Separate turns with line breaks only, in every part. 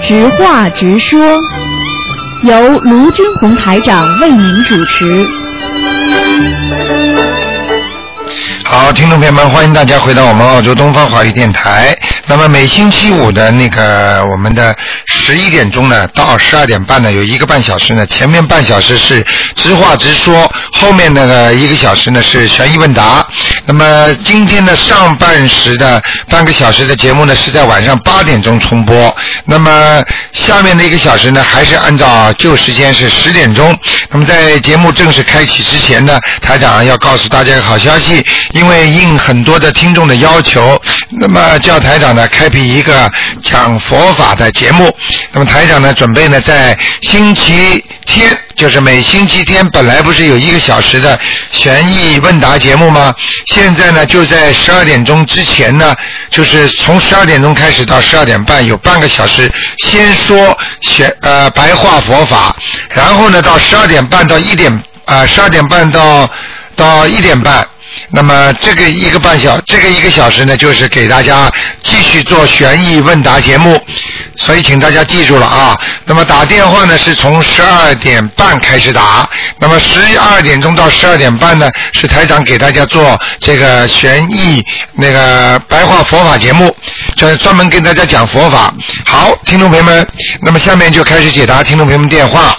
直话直说，由卢军红台长为您主持。
好，听众朋友们，欢迎大家回到我们澳洲东方华语电台。那么每星期五的那个我们的十一点钟呢，到十二点半呢，有一个半小时呢，前面半小时是直话直说，后面那个一个小时呢是悬疑问答。那么今天的上半时的半个小时的节目呢，是在晚上八点钟重播。那么下面的一个小时呢，还是按照旧时间是十点钟。那么在节目正式开启之前呢，台长要告诉大家一个好消息，因为应很多的听众的要求，那么叫台长呢开辟一个讲佛法的节目。那么台长呢准备呢在星期天，就是每星期天本来不是有一个小时的悬疑问答节目吗？现在呢就在十二点钟之前呢，就是从十二点钟开始到十二点半有半个小时，先说学呃白话佛法，然后呢到十二点半到一点啊十二点半到到一点半。那么这个一个半小，这个一个小时呢，就是给大家继续做悬疑问答节目，所以请大家记住了啊。那么打电话呢是从十二点半开始打，那么十二点钟到十二点半呢是台长给大家做这个悬疑那个白话佛法节目，这专门跟大家讲佛法。好，听众朋友们，那么下面就开始解答听众朋友们电话。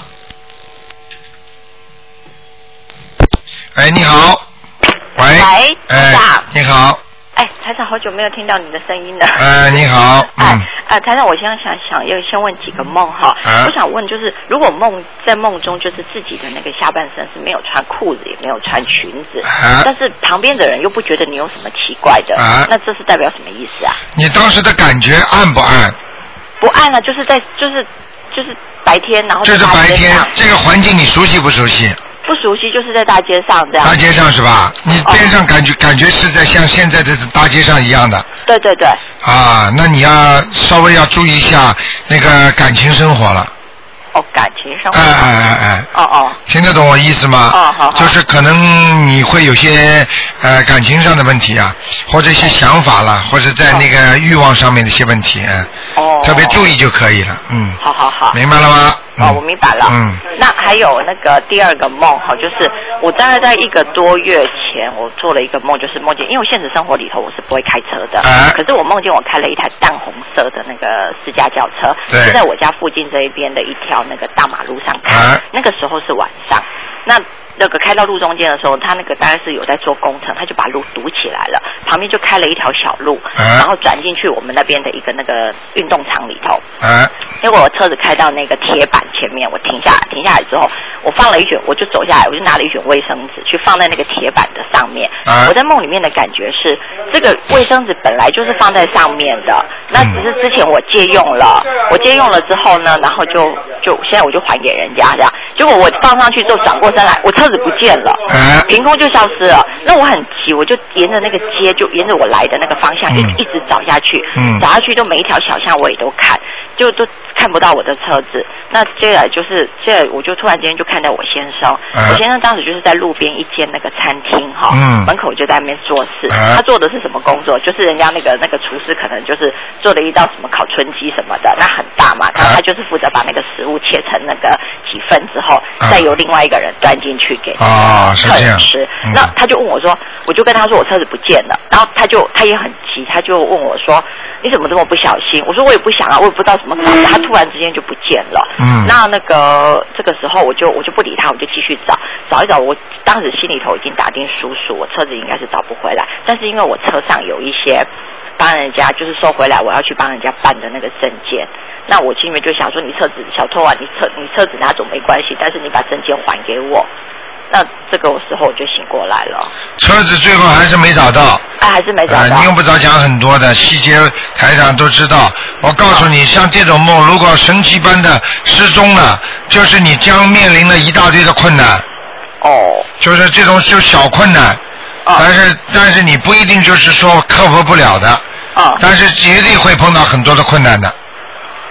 哎，你好。喂，
喂台
哎
长，
你好，
哎，台长，好久没有听到你的声音了。
哎，你好，
哎
嗯，，
啊，台长，我现在想想要先问几个梦哈。
啊
我想问，就是如果梦在梦中，就是自己的那个下半身是没有穿裤子，也没有穿裙子，
啊
但是旁边的人又不觉得你有什么奇怪的，
啊
那这是代表什么意思啊？
你当时的感觉暗不暗？
不按了，就是在就是就是白天，然后
这
在
是
大
白
街
天
上，
这个环境你熟悉不熟悉？
不熟悉，就是在大街上这样
大。街上是吧？你
啊哦
边上感觉感觉是在像现在的大街上一样的
对对对，
啊，那你要稍微要注意一下那个感情生活了，
哦，感情生活
哎，哎哎哎。
哦哦，
听得懂我意思吗？
哦好好
就是可能你会有些呃感情上的问题啊，或者一些
哎
想法啦，或者在那个欲望上面的一些问题，嗯，
哦
特别注意就可以了，嗯。
好好好。
明白了吗？
哦
嗯，
我明白了。
嗯，
那还有那个第二个梦哈，就是我大概在一个多月前，我做了一个梦，就是梦见，因为我现实生活里头我是不会开车的，
哎
可是我梦见我开了一台淡红色的那个私家轿车，
对
就在我家附近这一边的一条那个大马路上开，
哎
那个时候是晚上，那。那个开到路中间的时候，他那个大概是有在做工程，他就把路堵起来了，旁边就开了一条小路，
哎
然后转进去我们那边的一个那个运动场里头。
哎，
结果我车子开到那个铁板前面，我停下来，停下来之后，我放了一卷，我就走下来，我就拿了一卷卫生纸去放在那个铁板的上面。
啊
我在梦里面的感觉是，这个卫生纸本来就是放在上面的，那只是之前我借用了，我借用了之后呢，然后就就现在我就还给人家这样。结果我放上去之后转过身来，我车子不见了，
啊
凭空就消失了。那我很急，我就沿着那个街，就沿着我来的那个方向，就
嗯
一直找下去。
嗯
找下去就每一条小巷我也都看，就都看不到我的车子。那接下来就是，接下来我就突然间就看到我先生，
嗯
我先生当时就是在路边一间那个餐厅哈，
嗯
门口就在那边做事。
嗯
他做的是什么工作？就是人家那个那个厨师可能就是做了一道什么烤春鸡什么的，
嗯
那很大嘛，然后他就是负责把那个食物切成那个几份之后，
嗯
再由另外一个人端进去给
哦，是
客
这
人
样
吃。。
嗯
那他就问我说，我就跟他说我车子不见了，然后他就他也很急，他就问我说你怎么这么不小心？我说我也不想啊，我也不知道什么搞的，他突然之间就不见了。
嗯
那那个这个时候我就我就不理他，我就继续找找一找。我当时心里头已经打定叔叔，我车子应该是找不回来，但是因为我车上有一些。帮人家就是收回来，我要去帮人家办的那个证件。那我心里面就想说，你车子小偷啊，你车你车子拿走没关系，但是你把证件还给我。那这个时候我就醒过来了，
车子最后还是没找到，
哎，还是没找
啊，
到
你。用不着讲很多的细节，台长都知道。我告诉
哦
你，像这种梦，如果神奇般的失踪了，就是你将面临了一大堆的困难，
哦，
就是这种就小困难，但
哦，
是但是你不一定就是说克服不了的，
哦，
但是绝对会碰到很多的困难的，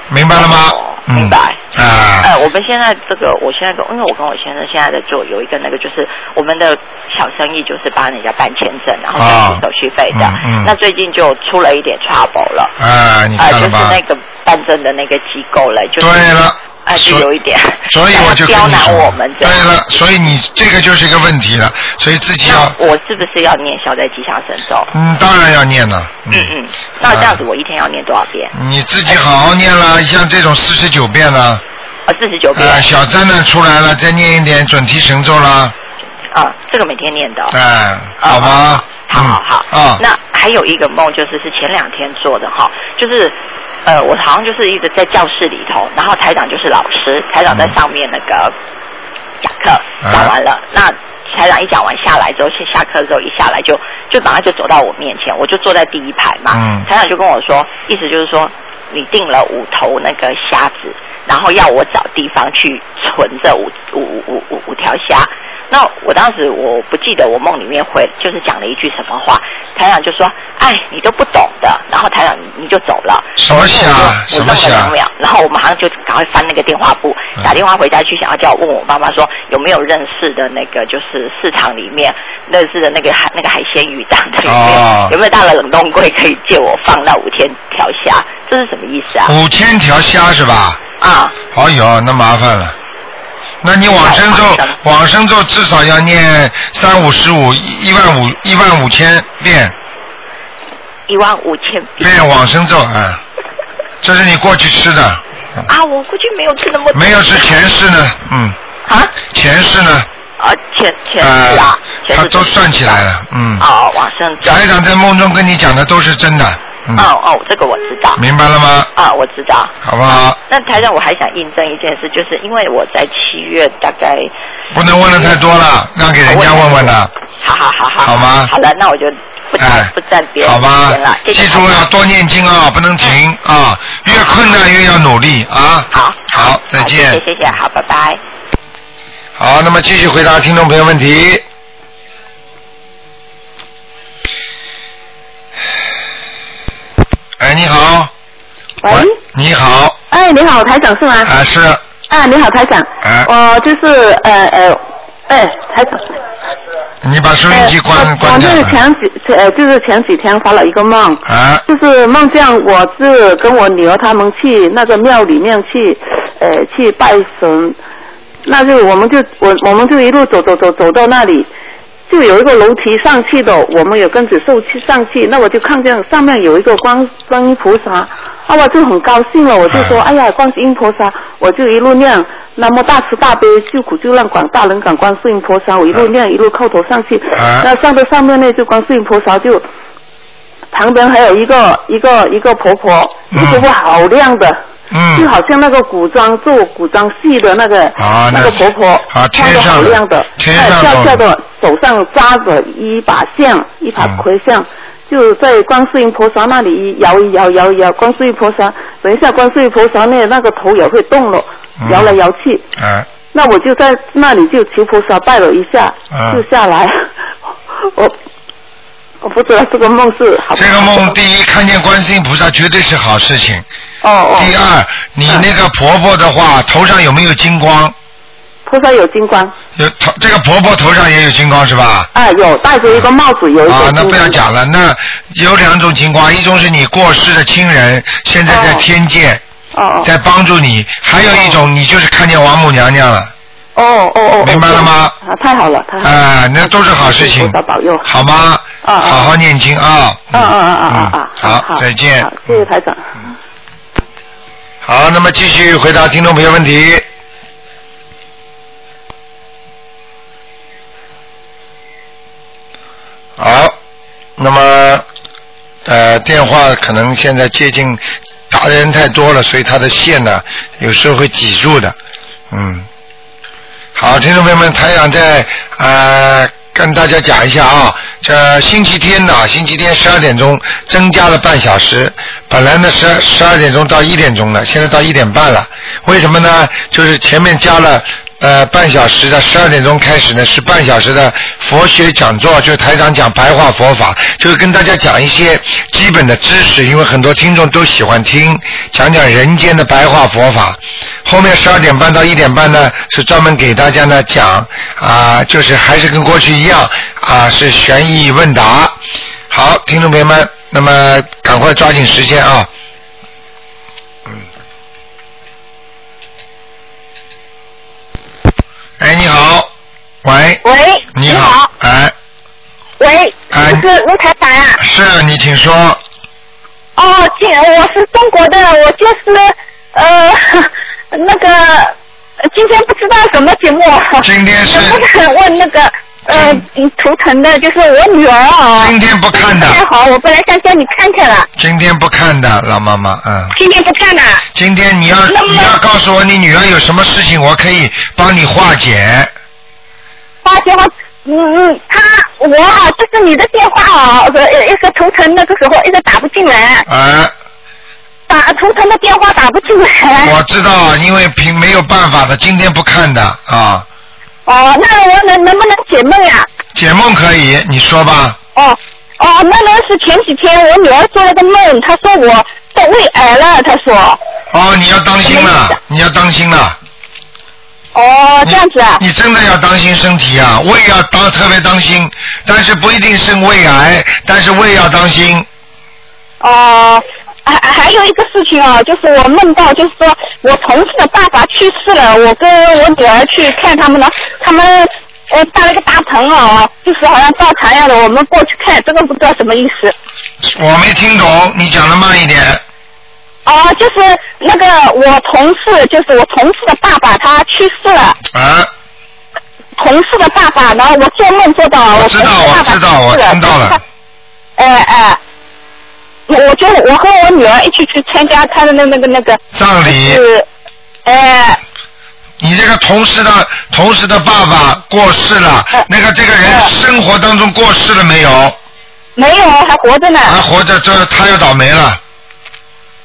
明白了吗
哦？
嗯
明白。
啊
呃，我们现在这个，我现在跟，因为我跟我先生现在在做有一个那个，就是我们的小生意，就是帮人家办签证，然后再
啊
付手续费的。
嗯嗯
那最近就出了一点 trouble 了，
啊，你
呃，
看
就
了
是
吧？
那个办证的那个机构了，就是
对了
哎、就
所
有一点，
所以我就跟
刁
你
难
说
我们这
对
样。
了，所以你这个就是一个问题了，所以自己要
那我是不是要念消灾吉祥神咒？
嗯，当然要念了，
嗯嗯，那这样子我一天要念多少遍？
你自己好好念啦，像这种四十九遍啦，
呃，四十九遍。
呃，小灾难出来了，再念一点准提神咒啦，
啊，这个每天念的哦。
哎、好吗？
好好好，
嗯啊，
那还有一个梦，就是是前两天做的哈，就是呃，我好像就是一直在教室里头，然后台长就是老师，台长在上面那个讲课
嗯
讲完了，那台长一讲完下来之后，先下课之后一下来就就马上就走到我面前，我就坐在第一排嘛，
嗯
台长就跟我说，意思就是说你订了五头那个虾子，然后要我找地方去存这五五五五五五条虾。那我当时我不记得我梦里面回就是讲了一句什么话，台长就说：“哎，你都不懂的。”然后台长你你就走了。
什么虾
我
什么
愣了
虾
两秒，然后我马上就赶快翻那个电话簿，
嗯
打电话回家去，想要叫我问我妈妈说有没有认识的那个就是市场里面认识的那个海那个海鲜鱼档的有没有、
哦
有没有大的冷冻柜可以借我放那五千条虾？这是什么意思啊？
五千条虾是吧？
啊，
哎呦，那麻烦了。那你往生咒
那我麻烦了，
往生咒至少要念三五十五一万五一万五千遍
一万五千币
遍往生咒啊、嗯这是你过去吃的，嗯
啊！我估计没有吃那么多
没有是前世呢，嗯，
啊
前世呢，
啊前前世啊
呃，
前，
他
世
都算起来了，嗯，
哦，往生咒
台长在梦中跟你讲的都是真的，嗯，
哦哦，这个我知道
明白了吗？
啊，我知道。
好不好？
那台长，我还想印证一件事，就是因为我在七月大概，
不能问的太多了，让给人家问问了，
好好好好，
好吗
好了，那我就不占、
哎
不占别人
好吧
时间了，？谢谢
记住
台长
要多念经啊，不能停啊，越困难越要努力啊。
好
好，再见。
谢谢谢谢，好，拜拜。
好，那么继续回答听众朋友问题。哎，你好。
喂。
你好，
哎，你好，台长是吗？
啊是，
啊，你好，台长。
哎
我就是呃呃，哎，台长。
你把收音
呃
机关
我
关
我
掉
是
了。
前几呃，就是前几天发了一个梦，
啊，
就是梦见我是跟我女儿他们去那个庙里面去，呃，去拜神，那就我们就我我们就一路走走走走到那里，就有一个楼梯上去的，我们也跟着受去上去，那我就看见上面有一个观观音菩萨，啊，我就很高兴了，我就说，
嗯
哎呀，观世音菩萨，我就一路念，那么大慈大悲救苦救难广大灵感观世音菩萨，我一路念一路叩头上去，
嗯
那上到上面呢，就观世音菩萨就。旁边还有一个一个一个婆婆，
嗯
一个婆婆好亮的，就
嗯，
好像那个古装做古装戏的那个、
啊那
那个婆婆，
啊天
穿的
上
好
的
亮的，
天上
哎
的
笑笑的，手上抓着一把象，一把
嗯
葵象。就在观世音菩萨那里摇一摇，摇一摇，观世音菩萨，等一下观世音菩萨那那个头也会动了，
嗯
摇来摇去，
啊，
那我就在那里就求菩萨拜了一下，
嗯
就下来，我我不知道这个梦是好不
这
好
个梦第一看见观世音菩萨绝对是好事情，
哦哦，嗯
第二，你那个婆婆的话头上有没有金光？
菩萨有金光，
有头，这个婆婆头上也有金光是吧？
啊有戴着一个帽子，有一个
啊，
金
那不要讲了。那有两种情况，一种是你过世的亲人现在在
哦
天界，
哦
在帮助你；还有一种，你就是看见王母娘娘了，
哦哦哦哦，
明白了吗
啊，太好了，太好了，
啊，那都是好事情
菩萨，保佑，
好吗？
啊啊
好好念经啊！
啊啊啊啊啊啊，
嗯好，再见嗯
好。谢谢台长。
好，那么继续回答听众朋友问题。好，那么呃，电话可能现在接近打的人太多了，所以它的线呢有时候会挤住的。嗯，好，听众朋友们，台长在呃跟大家讲一下啊，这星期天呢，星期天十二点钟增加了半小时，本来呢十十二点钟到一点钟的，现在到一点半了。为什么呢？就是前面加了呃半小时的十二点钟开始呢是半小时的佛学讲座，就是台长讲白话佛法，就是跟大家讲一些基本的知识，因为很多听众都喜欢听，讲讲人间的白话佛法。后面十二点半到一点半呢是专门给大家呢讲啊、就是还是跟过去一样啊、是悬疑问答。好，听众朋友们，那么赶快抓紧时间啊！哎，你好，喂，
喂，
你
好，
哎，
喂，
哎
我是卢台长啊。
是你请说，
哦，进，我是中国的，我就是呃 那个呃今天不知道什么节目，
今天是
能哦不能问那个呃图腾的，就是我女儿啊。
今天不看的
不太好，我本来想叫你看看了，
今天不看的老妈妈，嗯，
今天不看了。
今天你要
那么
你要告诉我你女儿有什么事情，我可以帮你化解。
花姐花，嗯嗯，她我啊，就是你的电话啊，呃，一个图腾那个时候一直打不进来，
啊，
打图腾的电话打不进来。
我知道，因为凭没有办法的，今天不看的啊。
哦，那我能能不能解啊梦呀、
解梦可以，你说吧。
哦哦，那那是前几天我女儿做了个梦，她说我得胃癌了，她说。
哦，你要当心
什么意
了
思，
你要当心了。
哦，这样子啊。
你真的要当心身体啊，胃要当特别当心，但是不一定是胃癌，但是胃要当心。
哦。还还有一个事情啊，就是我梦到，就是说我同事的爸爸去世了，我跟我女儿去看他们了，他们呃搭了个大棚啊，就是好像造船一样的，我们过去看，这个不知道什么意思。
我没听懂，你讲的慢一点。
哦，就是那个我同事，就是我同事的爸爸他去世了，
啊，
同事的爸爸，然后我做梦做到
我
我
知道我知道我听到了。
哎哎，我我就我和我女儿一起去参加他的那那个那个
葬礼，
是，哎
你这个同事的同事的爸爸过世了
呃，
那个这个人
呃
生活当中过世了没
嗯
有？
没有还活着呢
还活着，这他又倒霉了。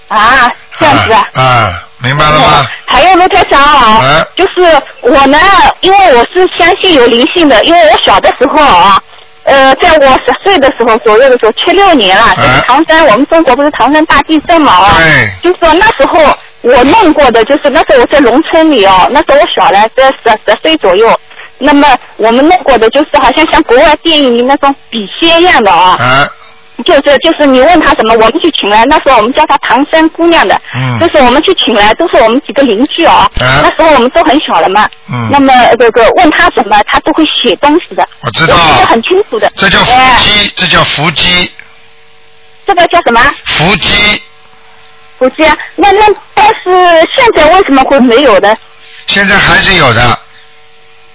啊，这样子啊。嗯
啊，啊明白了吗？
还有卢台长
哎
啊，就是我呢，因为我是相信有灵性的，因为我小的时候啊，呃，在我十岁的时候左右的时候，七六年了，就
哎
是唐山，我们中国不是唐山大地震嘛啊，
对
就是说那时候我梦过的，就是那时候我在农村里哦，那时候我小了，在十十岁左右。那么我们弄过的就是好像像国外电影里那种笔仙一样的啊，
啊，
就是就是你问他什么，我们去请来，那时候我们叫她唐三姑娘的，
嗯
就是我们去请来，都是我们几个邻居哦，
啊
那时候我们都很小了嘛，
嗯
那么这个问他什么，他都会写东西的，
我知道
我得很清楚的，
这叫伏
哎，
击，这叫伏击，
这个叫什么？
伏击。
不是，那那但是现在为什么会没有的？
现在还是有的，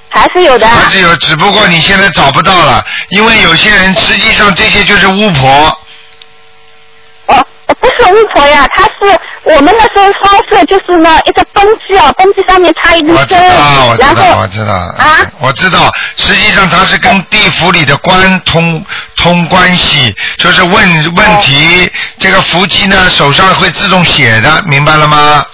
还是有的啊，
还是有，只不过你现在找不到了，因为有些人实际上这些就是巫婆，
哦，不是巫婆呀，她是我们那时候烧色就是呢一个灯具啊，灯具上面插一根
我知
针
道，我，知
然
道，
后
我知道，
啊
嗯我知道。实际上他是跟地府里的官通通关系，就是问问题。
哦
这个伏击呢，手上会自动写的，明白了吗？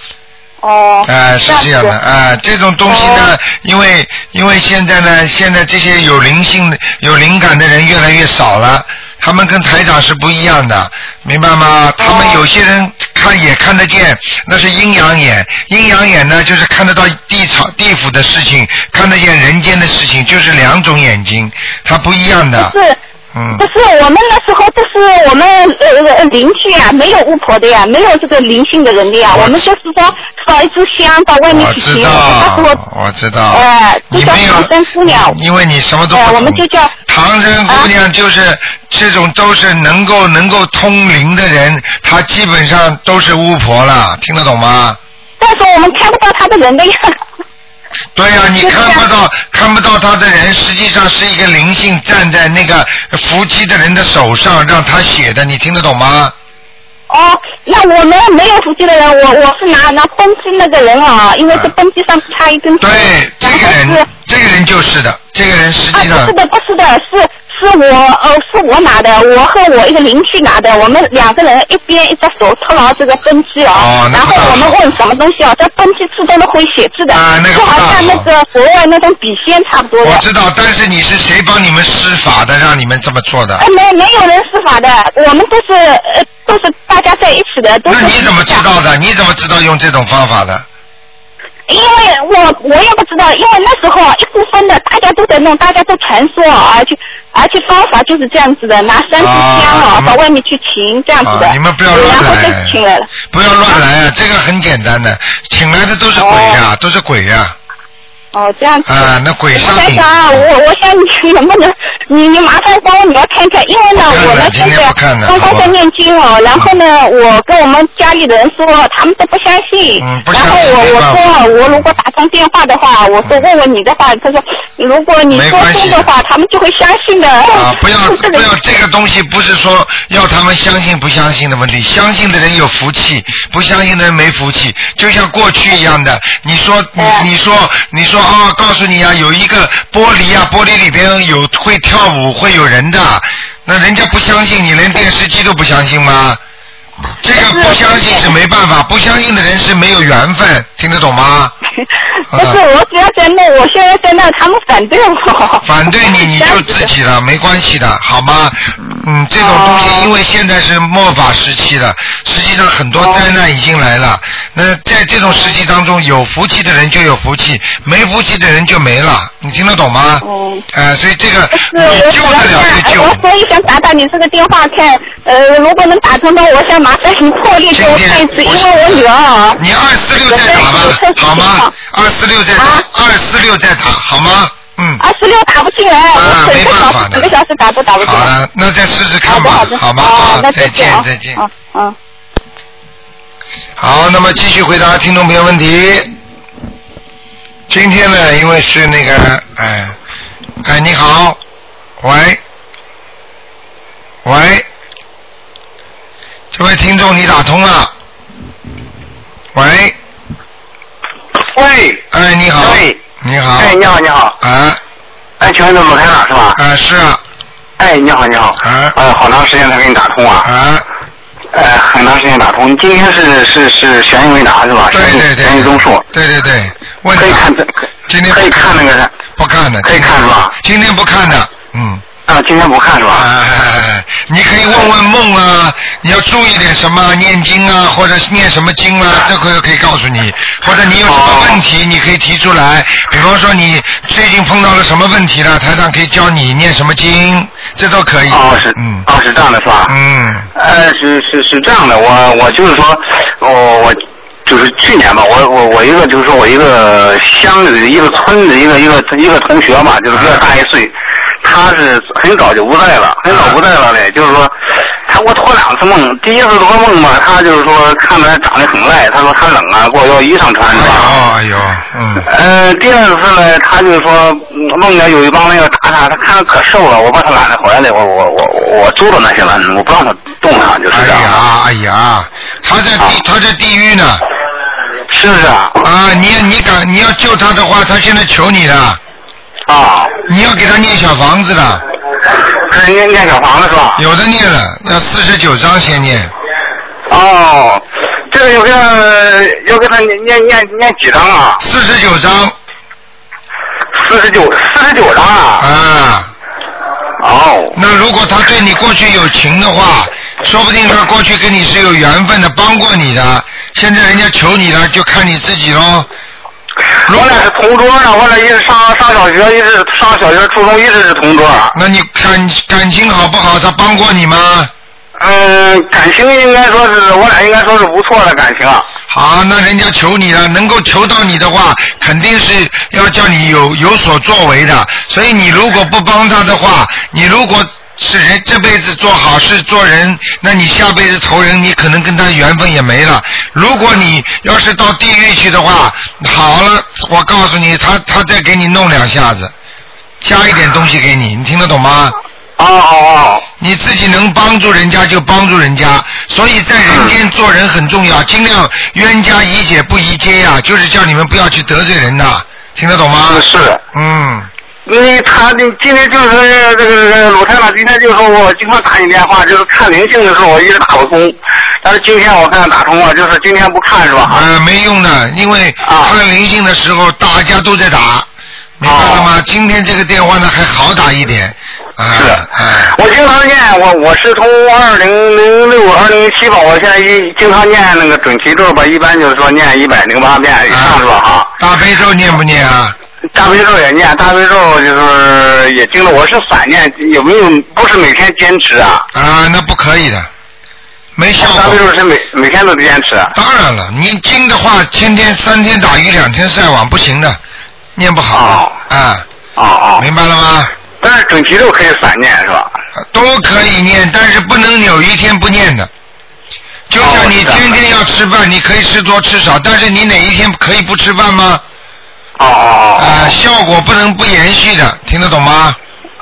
哦，
哎、是这样的，
样子
哎、这种东西呢
哦，
因为因为现在呢，现在这些有灵性的、有灵感的人越来越少了，他们跟台长是不一样的，明白吗？他们
哦
有些人看也看得见，那是阴阳眼，阴阳眼呢就是看得到地藏地府的事情，看得见人间的事情，就是两种眼睛，它不一样的
不，是。
嗯
不。是，我们那时候都是我们呃呃邻居呀，没有巫婆的呀，没有这个灵性的人的呀，
我
我们就是说烧一支香到外面
我
去
知
请，
道
那时候，
我知道。
哎就
你
叫
没有
唐僧姑娘
因为你什么都不
哎
懂。
我们就叫啊
唐僧姑娘就是、这种都是能够能够通灵的人，她基本上都是巫婆了，听得懂吗？
但是我们看不到他的人的呀。
对呀、你
就是
看
啊
不到看不到她的人，实际上是一个灵性站在那个伏击的人的手上，让他写的，你听得懂吗？
哦，那我们没有福气的人，我我是拿拿登记那个人啊，因为这登记上插一根针，
对，这
然
个
后是
人，这个人就是的，这个人实
啊
际上
不是的不是的，是是我呃是我拿的，我和我一个邻居拿的，我们两个人一边一只手托牢这个登记
哦那
然
不
后
大
我们
好
问什么东西哦，这登记自动的会写字的，
啊那个
就
不大
好像那
好
个国外那种笔仙差不多的
我。知道，但是你是谁帮你们施法的，让你们这么做的
哎？，没没有人施法的，我们都是呃都是大家在一起的，都
那
是。
你怎么知道的？你怎么知道用这种方法的？
因为我我也不知道，因为那时候一部分的大家都在弄，大家都传说，而且而且方法就是这样子的，拿三支香
啊
哦
你们
到外面去请这样子的，
啊你们不要乱来
然后就请来了。
不要乱来啊！这个很简单的，请来的都是鬼呀、都是鬼呀、
哦，这样子。
啊！那鬼上嗯
我在
你。
想啊，我我想你能不能，你你麻烦帮我女儿看看，因为呢，
不看了
我们
今
现
天
在
不看了
刚
好
刚
吧
在念经哦，然后呢，我跟我们家里人说，他们都不相信。
嗯不
然
相信
后
没
我我
办法嗯
说，我如果打通电话的话，我说问问你的话，他说如果你
没
说
关系
中的话，他们就会相信的。
啊，不要
是这
不
个意
要，
思
这个东西不是说要他们相信不相信的问题，相信的人有福气，不相信的人没福气，就像过去一样的。你说你
哎
你说你说啊、告诉你啊，有一个玻璃啊，玻璃里边有会跳舞会有人的，那人家不相信，你连电视机都不相信吗？这个不相信是没办法，不相信的人是没有缘分，听得懂吗？
不是，
啊
我只要在那，我现在在那，他们反对我。
反对 你，你就自己了，没关系的，好吗？嗯，这种东
哦
西，因为现在是末法时期了，实际上很多灾难已经来了。那在这种时期当中，有福气的人就有福气，没福气的人就没了。你听得懂吗？
嗯。
哎，所以这个
哎是，
你
我
救
想
得了
看，
就救。
哎我所以想打打你这个电话看，呃，如果能打通的，我想麻烦你破例给我看一次，因为我女儿啊，
你二四六再打吧，好吗？二四六再打，二四六再打，好吗？嗯。
二十六打不进来，
啊
我整
没
个
办
小
法
时
的
整个小时打都打不进
好
来。
了，那再试试看
好的
吧
好的，，
好吗？
哦
啊，
那
再
谢谢
见
啊，
再见。
嗯嗯。
好，那么继续回答听众朋友问题。今天呢，因为是那个，哎，哎，你好，喂，喂，这位听众你打通了，喂，
喂，
哎，你好，
喂
你好，
哎，你好，你好，
啊，
哎，请问是鲁台长是吧？
啊，是啊，
哎，你好，你好，
啊，
呃，好长时间才给你打通啊，
啊，
呃，很长时间打通。你今天是是是悬疑问答是吧？
对
悬疑
对
悬疑综述
对，，对对对，问啊
可以
答
看这，
今天
可以看那个
不看的，
可以看是吧？
今天不看的，嗯。
啊，今天不看是吧？
哎， 你可以问问梦啊，你要注意点什么，念经啊，或者是念什么经啊，这个可以告诉你。或者你有什么问
哦
题，你可以提出来。比方说你最近碰到了什么问题了，台长可以教你念什么经，这都可以。
哦是，
嗯
哦是这样的是吧？
嗯
呃，是是是这样的，我我就是说，我我就是去年吧，我我我一个就是说我一个乡里一个村里一个一个一个同学嘛，就是比我大一岁，他是很早就无赖了，很早无赖了嘞，就是说他给我托两次梦，第一次托梦吧，他就是说看着他长得很赖，他说他冷啊，给我要衣裳穿
哎
是吧？
呦哎呦，嗯
呃，第二次呢，他就说嗯梦见有一帮人要打他，他看着可瘦了，我把他拉着回来了，我我我我我捉着那些人，我不让他动他，就是
哎
这样，啊
呀哎呀，他在地他在地狱呢
是不是啊？
啊！你你敢你要救他的话，他现在求你了，
啊，
你要给他念小房子的。
是念念小房子是吧？
有的念了，要四十九章先念，嗯
哦，这个有个要给他念念念念几张啊？
四十九章
四十九四十九张啊？
啊。
哦，
那如果他对你过去有情的话，说不定他过去跟你是有缘分的，帮过你的，现在人家求你了，就看你自己喽。
我俩是同桌呢，我俩一直上上小学，一直上小学、初中，一直是同桌。啊
那你感感情好不好？他帮过你吗？
嗯，感情应该说是我俩应该说是不错的感情啊。
好，那人家求你了，能够求到你的话，肯定是要叫你有有所作为的。所以你如果不帮他的话，你如果是人这辈子做好事做人，那你下辈子投人，你可能跟他缘分也没了。如果你要是到地狱去的话，好了，我告诉你，他他再给你弄两下子，加一点东西给你，你听得懂吗？
哦哦
你自己能帮助人家就帮助人家，所以在人
嗯
间做人很重要，尽量冤家宜解不宜结呀、就是叫你们不要去得罪人呐、听得懂吗
哦，？是。
嗯，
你为他那今天就是这个这个鲁太长今天就说我经常打你电话，就是看灵性的时候我一直打不通，但是今天我看打通了，就是今天不看是吧？
呃，没用的，因为
啊
看灵性的时候大家都在打，明白了吗？今天这个电话呢还好打一点，啊
啊是
啊，
我经常念，我我是从二零零六、二零零七吧，我现在一经常念那个准提咒吧，一般就是说念一百零八遍以上是吧？哈、
大悲咒念不念啊？
大悲咒也念，大悲咒就是也经了，我是反念，有没有不是每天坚持啊？
啊，那不可以的，没效
大
果
悲。咒是每每天都坚持。啊
当然了，你经的话，天天三天打鱼两天晒网不行的，念不好的啊，
哦哦，
明白了吗？
但是准提咒可以反念是吧？
都可以念，但是不能有一天不念的。就像你
哦是啊
天天要吃饭，你可以吃多吃少，但是你哪一天可以不吃饭吗？
哦
啊、
哦
效果不能不延续的，听得懂吗？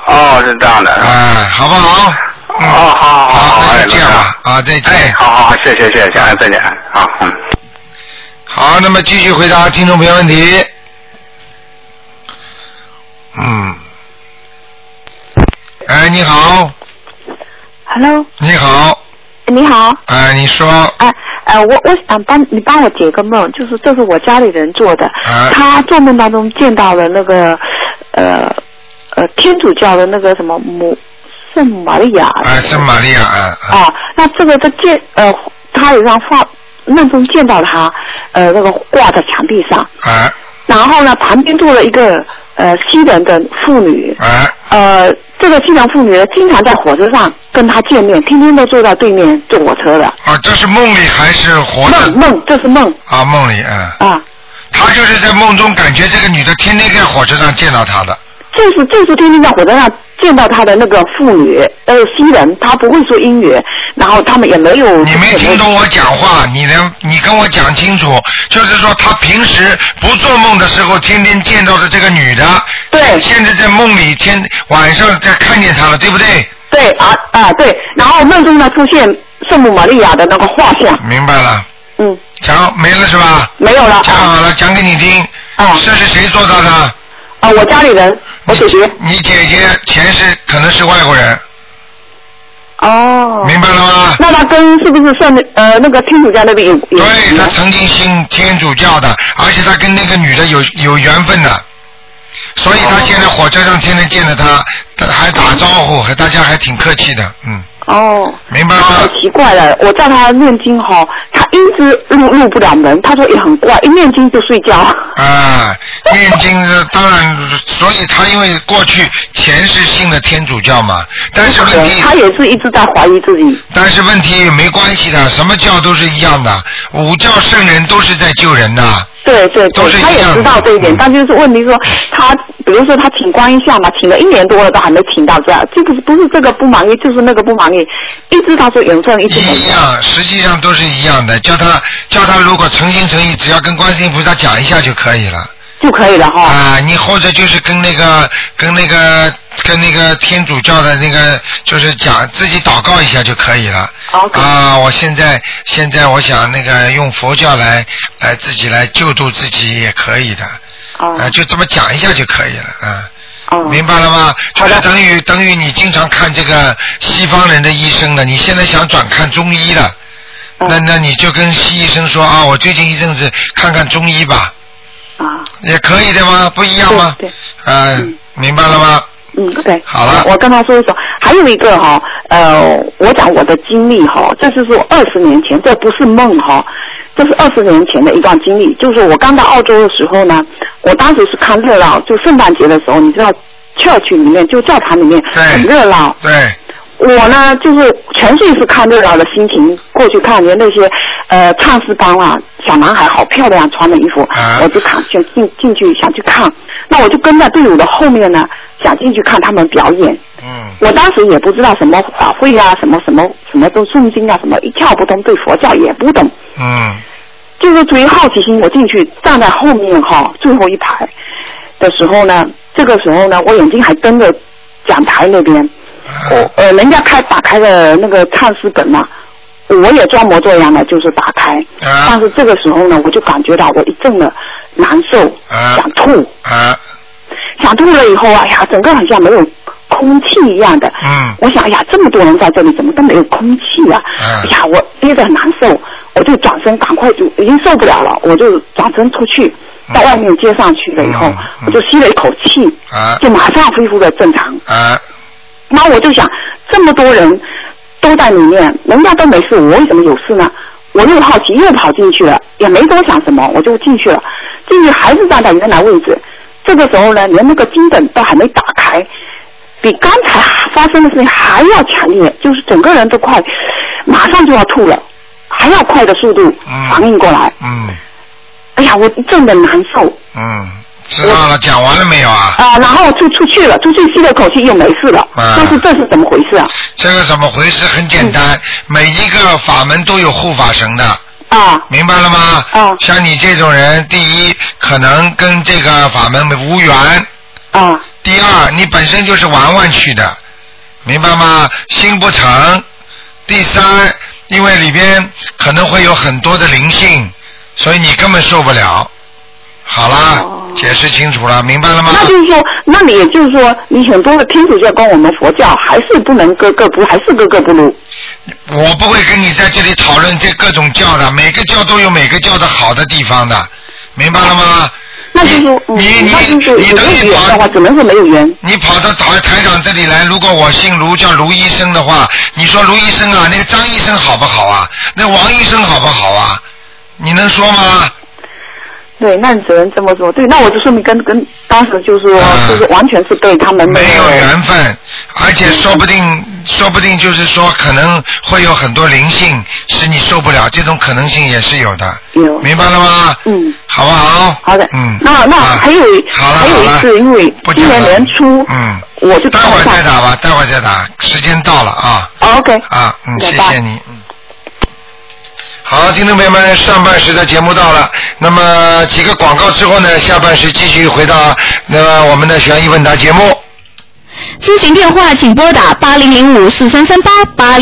哦，哦是这样的。
啊、好不好？
哦，
嗯，
好好好，
好，那
哎
就这样吧。。啊，再
老师哎
见，。
好好好，谢谢谢谢，哎再见，好，嗯。
好，那么继续回答听众朋友问题。嗯。哎，你好，
Hello，
你好，
你好，
哎，你说，
哎、呃，我我想帮你帮我解个梦，就是这是我家里人做的，
啊
他做梦当中见到了那个呃呃天主教的那个什么母圣玛利亚，
哎，圣玛利亚，哎，哎
啊，那这个他见呃他有张画梦中见到他呃那个挂在墙壁上，
哎，
然后呢旁边坐了一个呃西人的妇女，
哎，
呃这个西人妇女呢经常在火车上跟他见面，天天都坐到对面坐火车的。
啊，这是梦里还是活
梦
的？
梦，这是梦
啊，梦里，嗯，
啊，
他就是在梦中感觉这个女的天天在火车上见到他的，
就是就是天天在火车上见到他的那个妇女，呃，西人，他不会说英语，然后他们也没有
你没听懂我讲话，你能你跟我讲清楚，就是说他平时不做梦的时候，天天见到的这个女的，
对
现在在梦里天晚上在看见她了，对不对？
对啊啊对，然后梦中呢出现圣母玛利亚的那个画像，
明白了，
嗯，
讲没了是吧？
没有了
讲
啊
好了，讲给你听，
啊
这是谁做到的？
啊，我家里人，我姐姐
你姐姐前世可能是外国人，
哦，
明白了吗？
那他跟是不是圣呃那个天主教那边有有
对他曾经信天主教的，而且他跟那个女的有有缘分的，所以他现在火车上天天见着他，他还打招呼，还大家还挺客气的，嗯，
哦。
明白
他好
吗？
奇怪了，我叫他念经哈、他一直入入不了门，他说也很怪，一念经就睡觉。
啊，念经是当然，所以他因为过去前世信的天主教嘛，但是问题
他也是一直在怀疑自己。
但是问题没关系的，什么教都是一样的，五教圣人都是在救人的，
对对
都是
对，他
一
也
样的
知道这一点
嗯，
但就是问题说他，比如说他请观音像嘛，请了一年多了都还没请到这，就不是不是这个不满意，就是那个不满意，一直他说缘分一直没
一
有。
样，实际上都是一样的。叫他叫他，如果诚心诚意，只要跟观世音菩萨讲一下就可以了。
就可以了哈。
啊，你或者就是跟那个跟那个跟那个天主教的那个，就是讲自己祷告一下就可以了。
OK
啊，我现在现在我想那个用佛教来来自己来救度自己也可以的。
哦
啊，就这么讲一下就可以了。啊。
哦，
明白了吗？就
好的
是等于等于你经常看这个西方人的医生了，你现在想转看中医了，
嗯
那那你就跟西医生说啊，我最近一阵子看看中医吧，
啊，
也可以的吗？不一样吗？
对对
呃
嗯
明白了吗？
嗯，对。
好了
我跟他说一说，还有一个哈、呃，我讲我的经历哈、这是说二十年前，这不是梦哈、这是二十年前的一段经历。就是我刚到澳洲的时候呢，我当时是看热闹，就圣诞节的时候，你知道。教区里面就教堂里面
对
很热闹，
对，
我呢就是纯粹是看热闹的心情过去看人那些呃唱诗班啊，小男孩好漂亮穿的衣服，
啊
我就看想进进去想去看，那我就跟在队伍的后面呢，想进去看他们表演。
嗯，
我当时也不知道什么法会啊，什么什么什么都诵经啊，什么一窍不通，对佛教也不懂，
嗯，
就是出于好奇心，我进去站在后面哈最后一排的时候呢，这个时候呢，我眼睛还跟着讲台那边。
啊
我呃，人家开打开了那个唱诗本嘛、我也装模作样的就是打开，
啊
但是这个时候呢，我就感觉到我一阵的难受，
啊
想吐，
啊
想想吐了以后，哎呀，整个很像没有空气一样的。
嗯
我想，哎呀，这么多人在这里，怎么都没有空气啊？
嗯
哎呀，我憋得很难受，我就转身赶快就已经受不了了，我就转身出去，到外面街上去了以后，
嗯嗯
我就吸了一口气，
啊
就马上恢复了正常。
啊
那我就想，这么多人都在里面，人家都没事，我为什么有事呢？我又好奇，又跑进去了，也没多想什么，我就进去了。进去还是站在原来位置。这个时候呢，连那个金枕都还没打开，比刚才发生的事情还要强烈，就是整个人都快马上就要吐了，还要快的速度
嗯
反应过来。
嗯
哎呀，我一阵的难受
嗯，知道了，讲完了没有啊？
啊、然后就出去了，出去吸了口气又没事了。
啊
但是这是怎么回事啊？
这个怎么回事？很简单，
嗯
每一个法门都有护法神的，
啊，
明白了吗？
嗯
像你这种人，第一可能跟这个法门无缘，
啊
第二你本身就是玩玩去的，明白吗？心不诚。第三，因为里边可能会有很多的灵性，所以你根本受不了。好啦，
哦
解释清楚了，明白了吗？
那就是说，那你也就是说，你很多的天主教跟我们佛教还是不能格格不，还是格格不入。
我不会跟你在这里讨论这各种教的，每个教都有每个教的好的地方的，明白了吗？
那就是说嗯
你你
那就是
你等
没
于
有缘的话，
跑，
只能是没有缘。
你跑到台台长这里来，如果我姓卢叫卢医生的话，你说卢医生啊，那个张医生好不好啊？那王医生好不好啊？你能说吗？
对，那你只能这么说。对，那我就说明跟跟当时就是说，
嗯
就是完全是对他们
没有缘分，而且说不定，说不定就是说可能会有很多灵性使你受不了，这种可能性也是有的，
有。
明白了吗？
嗯，
好不好？
好的。
嗯。
那那
啊
还有
好了
还有一
好了
次，因为
不
今
讲
年
了
年初，
嗯，
我就
待
看
会儿
上
再打吧，待会儿再打，时间到了啊
哦 OK。
啊，嗯，
拜
谢
拜
谢你，嗯。好，听众朋友们，上半时的节目到了，那么几个广告之后呢，下半时继续回到那么我们的悬疑问答节目。
咨询电话请拨打八零零五四三三八八零。